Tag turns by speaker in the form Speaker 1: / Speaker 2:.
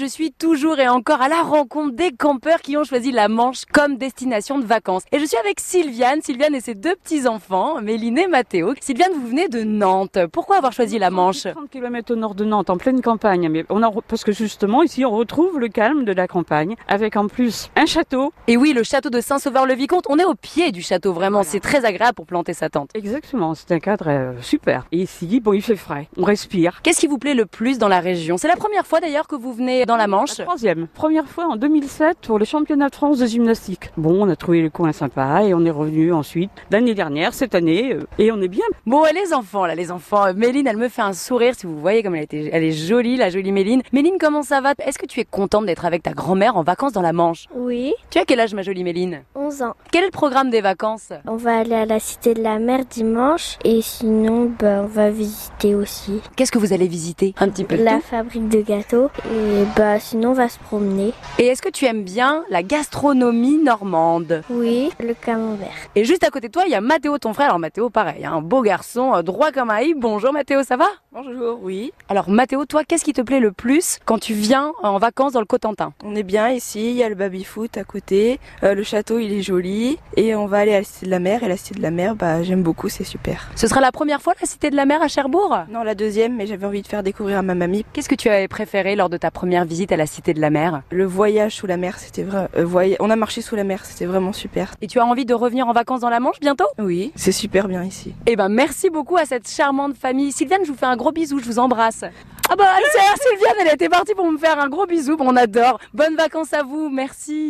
Speaker 1: Je suis toujours et encore à la rencontre des campeurs qui ont choisi la Manche comme destination de vacances. Et je suis avec Sylviane, Sylviane et ses deux petits-enfants, Méline et Mathéo. Sylviane, vous venez de Nantes. Pourquoi avoir choisi la Manche
Speaker 2: 30 km au nord de Nantes, en pleine campagne. Mais on en re- parce que justement, ici, on retrouve le calme de la campagne, avec en plus un château.
Speaker 1: Et oui, le château de Saint-Sauveur-le-Vicomte, on est au pied du château vraiment, c'est très agréable pour planter sa tente.
Speaker 2: Exactement, c'est un cadre euh, super. Et ici, bon, il fait frais, on respire.
Speaker 1: Qu'est-ce qui vous plaît le plus dans la région C'est la première fois d'ailleurs que vous venez dans la Manche.
Speaker 2: La troisième, première fois en 2007 pour le championnat de France de gymnastique. Bon, on a trouvé le coin sympa et on est revenu ensuite l'année dernière, cette année, euh, et on est bien.
Speaker 1: Bon, et les enfants, là, les enfants. euh, Méline, elle me fait un sourire, si vous voyez comme elle, était, elle est jolie, la jolie Méline. Méline, comment ça va Est-ce que tu es contente d'être avec ta grand-mère en vacances dans la Manche
Speaker 3: Oui,
Speaker 1: Tu as quel âge, ma jolie Méline
Speaker 3: 11 ans.
Speaker 1: Quel est le programme des vacances
Speaker 3: On va aller à la Cité de la Mer dimanche et sinon bah, on va visiter aussi
Speaker 1: Qu'est-ce que vous allez visiter Un petit peu de
Speaker 3: la
Speaker 1: tout.
Speaker 3: fabrique de gâteaux et bah sinon on va se promener.
Speaker 1: Et est-ce que tu aimes bien la gastronomie normande
Speaker 3: Oui, le camembert.
Speaker 1: Et juste à côté de toi, il y a Mathéo, ton frère. Alors Mathéo, pareil, hein, un beau garçon, euh, droit comme un i. Bonjour Mathéo, ça va
Speaker 4: Bonjour, oui.
Speaker 1: Alors Mathéo, toi, qu'est-ce qui te plaît le plus quand tu viens en vacances dans le Cotentin
Speaker 4: On est bien ici, il y a le baby-foot à côté, euh, le château il est joli, et on va aller à la Cité de la Mer, et la Cité de la Mer, bah j'aime beaucoup, c'est super.
Speaker 1: Ce sera la première fois la Cité de la Mer à Cherbourg
Speaker 4: Non, la deuxième, mais j'avais envie de faire découvrir à ma mamie.
Speaker 1: Qu'est-ce que tu avais préféré lors de ta première visite à la Cité de la Mer
Speaker 4: Le voyage sous la mer, c'était vrai. euh, voy- On a marché sous la mer, c'était vraiment super.
Speaker 1: Et tu as envie de revenir en vacances dans la Manche bientôt
Speaker 4: Oui, c'est super bien ici.
Speaker 1: Eh ben merci beaucoup à cette charmante famille. Sylviane, je vous fais un gros bisou, je vous embrasse. Ah bah elle, c'est- Sylviane, elle était partie pour me faire un gros bisou, Bon, on adore. Bonnes vacances à vous, merci.